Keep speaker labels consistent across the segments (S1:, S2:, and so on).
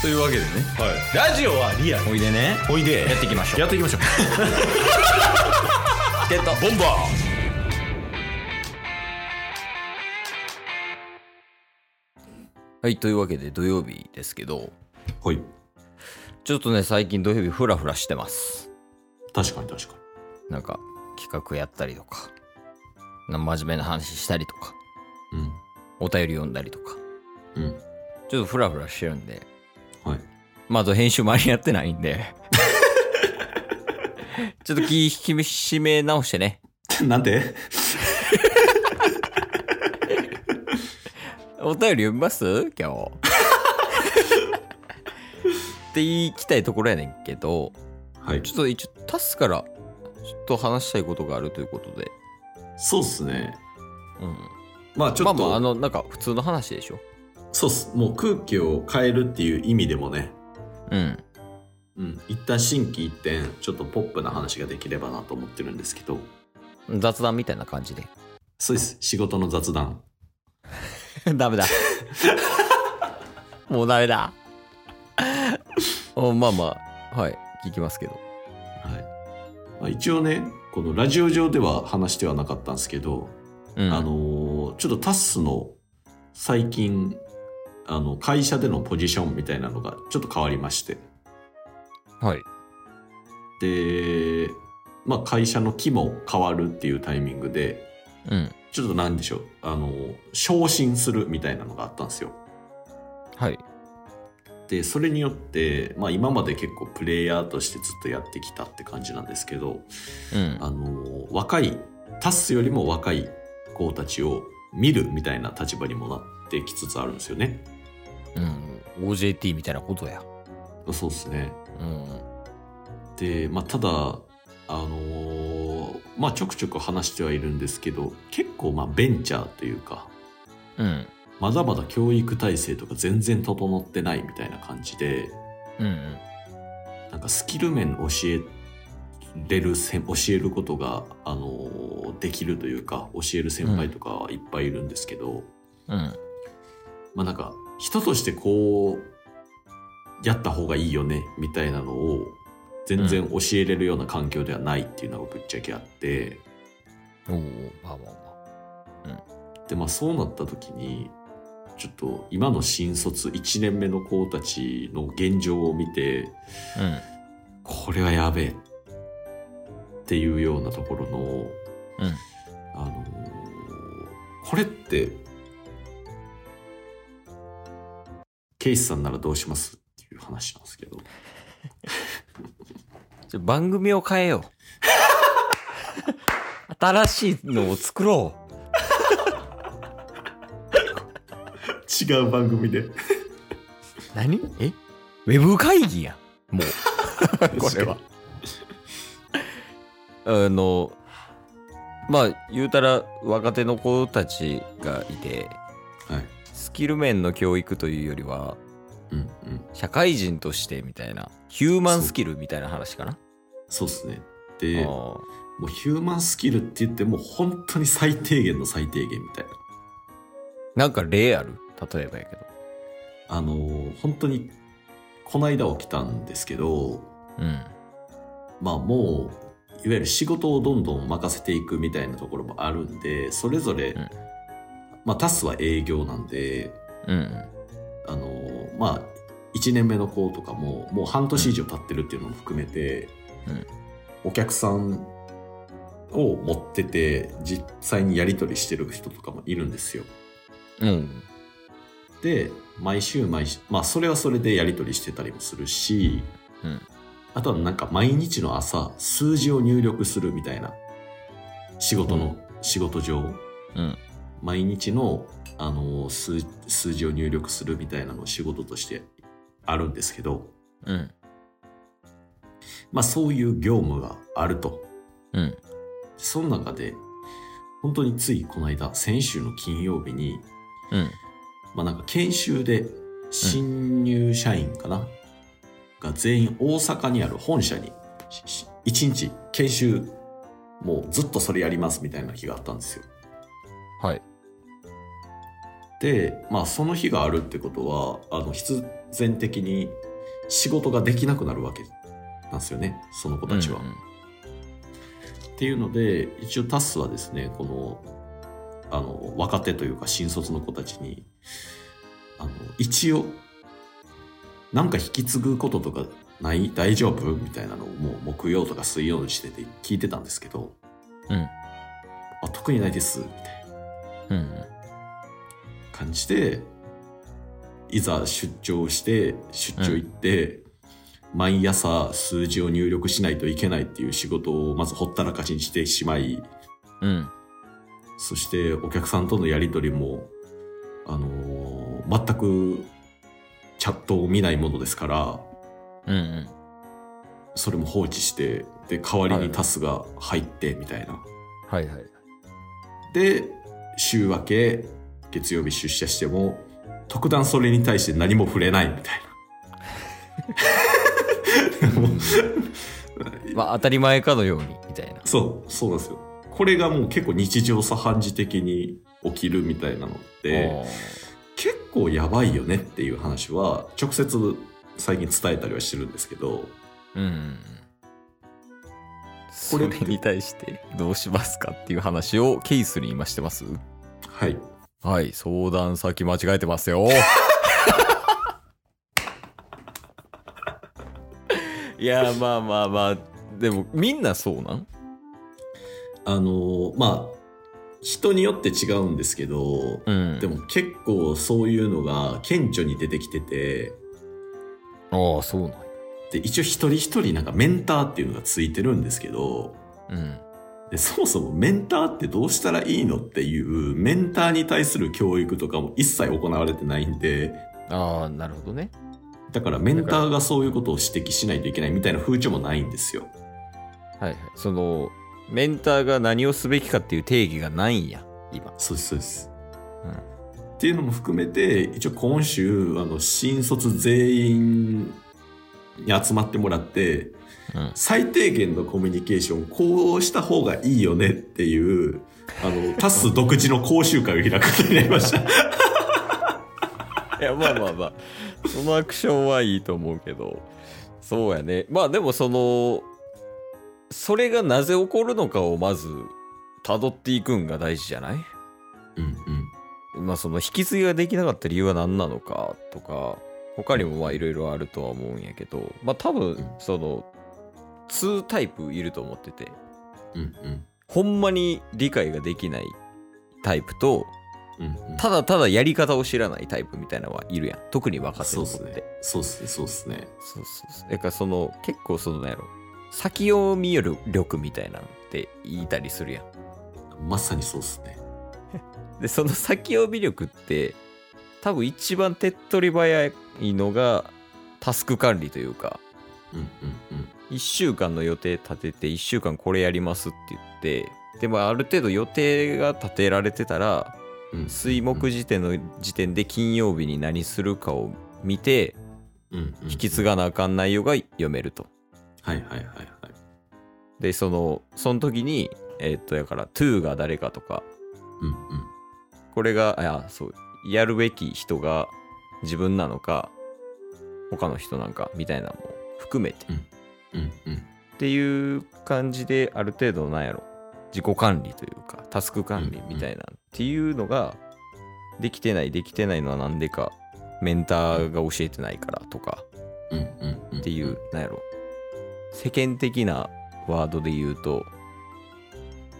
S1: というわけでね
S2: はい、ラジオはリアル
S1: おいでね
S2: おいで
S1: やっていきましょう
S2: やっていきましょう
S1: ゲット
S2: ボンバ
S1: はいというわけで土曜日ですけど
S2: ーはい
S1: ちょっとね最近土曜日フラフラしてます
S2: 確かに確か
S1: なんか企画やったりとかな真面目な話したりとか
S2: に
S1: お便り読んだりとか
S2: うんうん
S1: ちょっとフラフラしてるんで
S2: はい
S1: まああと編集間に合ってないん でちょっと気引き締め直してね
S2: なんで
S1: お便り読みます今日って言いきたいところやねんけど
S2: はい
S1: ちょっと一応タスからちょっと話したいことがあるということで、
S2: そうっすね
S1: うん、
S2: まあち
S1: ま
S2: ょ
S1: あ
S2: っ
S1: ま
S2: と、
S1: ああのなんか普通の話でしょ
S2: そうっすもう空気を変えるっていう意味でもね
S1: うん
S2: うん一旦心機一転ちょっとポップな話ができればなと思ってるんですけど
S1: 雑談みたいな感じで
S2: そうです仕事の雑談
S1: ダメだもうダメだおまあまあはい聞きますけど
S2: はい、まあ、一応ねこのラジオ上では話してはなかったんですけど
S1: うん
S2: あのーちょっとタッスの最近あの会社でのポジションみたいなのがちょっと変わりまして
S1: はい
S2: で、まあ、会社の規模変わるっていうタイミングで
S1: うん
S2: ちょっと何でしょうあのー昇進するみたいなのがあったんですよ
S1: はい
S2: でそれによって、まあ、今まで結構プレイヤーとしてずっとやってきたって感じなんですけど
S1: うん
S2: あのー若いタッスよりも若い子たちを見るみたいな立場にもなってきつつあるんですよね
S1: うん OJT みたいなことや
S2: そうですね
S1: うん
S2: で、まあ、ただあのーまあちょくちょく話してはいるんですけど結構まあベンチャーというか
S1: うん
S2: まだまだ教育体制とか全然整ってないみたいな感じで
S1: うんうん
S2: なんかスキル面教えれるせん教えることが、あのーできるというか教える先輩とかはいっぱいいるんですけど、
S1: うん
S2: まあなんか人としてこうやった方がいいよねみたいなのを全然教えれるような環境ではないっていうのがぶっちゃけあって。
S1: おおまあまあ
S2: でまあそうなった時にちょっと今の新卒1年目の子たちの現状を見て
S1: まあ
S2: これはやべえっていうようなところの、
S1: うん
S2: あのーこれってケイスさんならどうしますっていう話なんですけど
S1: うんちょ番組を変えよう 新しいのを作ろう
S2: 違う番組で
S1: 何えウェブ会議やもうこれはあのまあ言うたら若手の子たちがいて
S2: はい
S1: スキル面の教育というよりは
S2: うんうん
S1: 社会人としてみたいなヒューマンスキルみたいな話かな
S2: そうっすね
S1: あ
S2: でも
S1: ー
S2: うヒューマンスキルって言ってもう本当に最低限の最低限みたいな
S1: なんか例ある例えばやけど
S2: あのー本当にこの間起きたんですけど
S1: うん
S2: まあもういわゆる仕事をどんどん任せていくみたいなところもあるんでそれぞれ、
S1: うん
S2: まあタスは営業なんで
S1: うん
S2: あのーまあ1年目の子とかももう半年以上経ってるっていうのも含めて、
S1: うん
S2: お客さんを持ってて実際にやり取りしてる人とかもいるんですよ。
S1: うん
S2: で毎週毎週まあそれはそれでやり取りしてたりもするし、
S1: うん
S2: あとはなんか毎日の朝数字を入力するみたいな仕事の、仕事上
S1: うん
S2: 毎日の、あの数数字を入力するみたいなのを仕事としてあるんですけど
S1: うん
S2: まあそういう業務があると
S1: うん
S2: その中で本当についこの間先週の金曜日に、
S1: うん
S2: まあ、なんか研修で新入社員かな、が全員大阪にある本社にし一日研修もうずっとそれやりますみたいな日があったんですよ
S1: はい
S2: で、まあ、その日があるってことはあの必然的に仕事ができなくなるわけなんですよねその子たちは。
S1: うんうん
S2: っていうので一応タスはですねこのあの若手というか新卒の子たちにあの一応なんか引き継ぐこととかない大丈夫みたいなのをもう木曜とか水曜の時点で聞いてたんですけど、
S1: うん
S2: あ特にないですみた
S1: う
S2: いな。
S1: ん
S2: 感じでいざ出張して出張行って、毎朝数字を入力しないといけないっていう仕事をまずほったらかしにしてしまい
S1: うんうん
S2: そしてお客さんとのやり取りもあのー全くチャットを見ないものですから
S1: うんうん
S2: それも放置してで代わり
S1: はい
S2: にタスが入ってみたいな、
S1: はいはい
S2: で週明け月曜日出社しても特段それに対して何も触れないみたいな もう
S1: まあ当たり前かのようにみたいな
S2: そうそうなんですよこれがもう結構日常茶飯事的に起きるみたいなのって結構やばいよねっていう話は直接最近伝えたりはしてるんですけど
S1: あーうんうんうん
S2: こ
S1: そ
S2: れ
S1: れ
S2: って
S1: に対してどうしますかっていう話をケースに今してます
S2: はい
S1: はい相談先間違えてますよいやまあまあまあでもみんなそうなん
S2: あのまあ人によって違うんですけど、
S1: うん
S2: でも結構そういうのが顕著に出てきてて
S1: ああそうなんや
S2: で一応一人一人なんかメンターっていうのがついてるんですけど
S1: うん
S2: でそもそもメンターってどうしたらいいのっていうメンターに対する教育とかも一切行われてないんで
S1: ああなるほどね
S2: だからメンターがそういうことを指摘しないといけないみたいな風潮もないんですよ
S1: はいはいそのメンターが何をすべきかっていう定義がないんや今
S2: そうですそうです、
S1: うん
S2: っていうのも含めて一応今週あの新卒全員に集まってもらっ
S1: う
S2: て
S1: ん
S2: 最低限のコミュニケーションこうした方がいいよねっていうあのタス独自の講習会を開くことになりまし た
S1: いやまあまあまあそのアクションはいいと思うけどそうやねまあでもそのそれがなぜ起こるのかをまず辿っていくんが大事じゃない
S2: うんうん
S1: まあその引き継ぎができなかった理由は何なのかとか他にもまあいろいろあるとは思うんやけどまあ多分その2タイプいると思ってて
S2: うんうん
S1: ほんまに理解ができないタイプと
S2: うんうん
S1: ただただやり方を知らないタイプみたいなのはいるやん特に若手
S2: そう
S1: の
S2: っ
S1: 子っ
S2: す
S1: て
S2: ねそうっすねそうっすね
S1: そうそうそうだからその結構そのなんやろ先を見る力みたいなのって言いたりするやん
S2: まさにそうっすね
S1: でその先を見力って多分一番手っ取り早いのがタスク管理というか
S2: うんうんうん
S1: 1週間の予定立てて1週間これやりますって言ってでもある程度予定が立てられてたら
S2: うん
S1: 水木時点の時点で金曜日に何するかを見て
S2: うんうん
S1: 引き継がなあかん内容が読めると
S2: はいはいはいはい
S1: でそのその時にえーっとだから「to」が誰かとか
S2: うんうん
S1: これがあそうやるべき人が自分なのか他の人なんかみたいなのも含めてっ
S2: うんうん
S1: ていう感じである程度なんやろ自己管理というかタスク管理みたいなっていうのができてないできてないのはなんでかメンターが教えてないからとか
S2: うんうんうん
S1: っていうなんやろ世間的なワードで言うと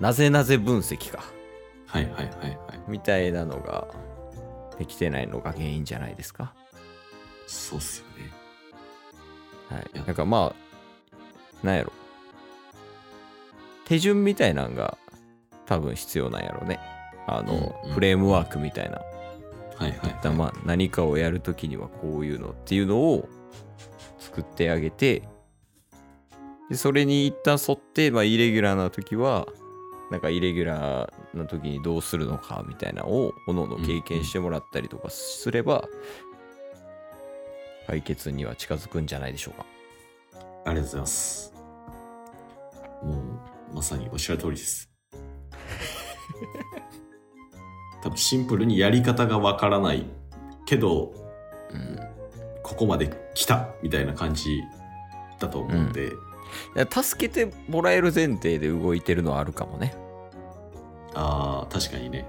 S1: なぜなぜ分析か
S2: はいはいはいはい
S1: みたいなのができてないのが原因じゃないですか。
S2: そうっすよね
S1: はい
S2: いや。
S1: なんかまあ、なんやろ。手順みたいなんが多分必要なんやろね。あの、
S2: うんうん
S1: フレームワークみたいな。
S2: はいはい
S1: だまあ何かをやるときにはこういうのっていうのを作ってあげてでそれに一旦沿って、まあ、イレギュラーな時はなんかイレギュラーな時にどうするのかみたいなのを各々経験してもらったりとかすれば解決には近づくんじゃないでしょうか。
S2: ありがとうございます。 もう、まさにおっしゃる通りです。多分シンプルにやり方がわからないけど
S1: うん
S2: ここまで来たみたいな感じだと思うんで、
S1: いや助けてもらえる前提で動いてるのはあるかもね。
S2: ああ確かにね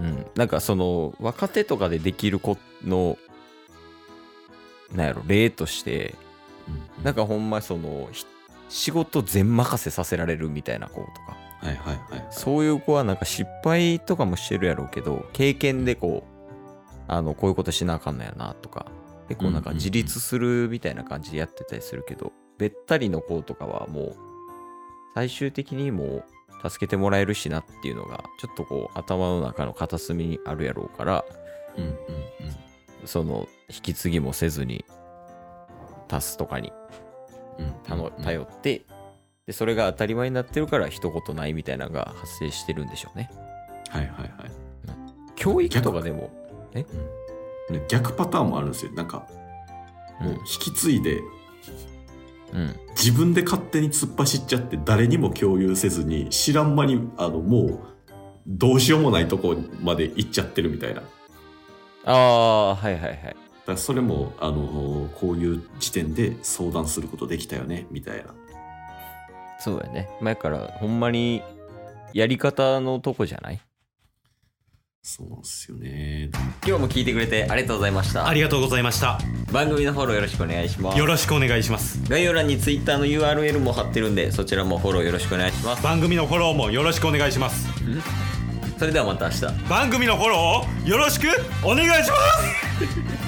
S1: うん、なんかその若手とかでできる子のなんやろ例として
S2: うん
S1: なんかほんまそのひ仕事全任せさせられるみたいな子とか
S2: はいはいはい
S1: そういう子はなんか失敗とかもしてるやろうけど経験でこうあのこういうことしなあかんのやなとか結構なんか自立するみたいな感じでやってたりするけどべったりの子とかはもう最終的にもう助けてもらえるしなっていうのがちょっとこう頭の中の片隅にあるやろうから
S2: うんうん
S1: その引き継ぎもせずに足すとかに
S2: うんうん
S1: 頼頼ってでそれが当たり前になってるから一言ないみたいなのが発生してるんでしょうね
S2: はいはいはい
S1: 教育とかでも
S2: ね逆パターンもあるんですよなんかもう引き継いで
S1: うん
S2: 自分で勝手に突っ走っちゃって誰にも共有せずに知らん間にあのもうどうしようもないとこまで行っちゃってるみたいなだか
S1: ああはいはいはい
S2: らそれもあのこういう時点で相談することできたよねみたいな
S1: そうだよね前からほんまにやり方のとこじゃない
S2: そうなんですよね
S1: 今日も聞いてくれてありがとうございました
S3: ありがとうございました
S1: 番組のフォローよろしくお願いしま
S3: よろしくお願いします
S1: 概要欄に Twitter の URL も貼ってるんでそちらもフォローよろしくお願いします
S3: 番組のフォローもよろしくお願いします
S1: それではまた明日
S3: 番組のフォローをよろしくお願いします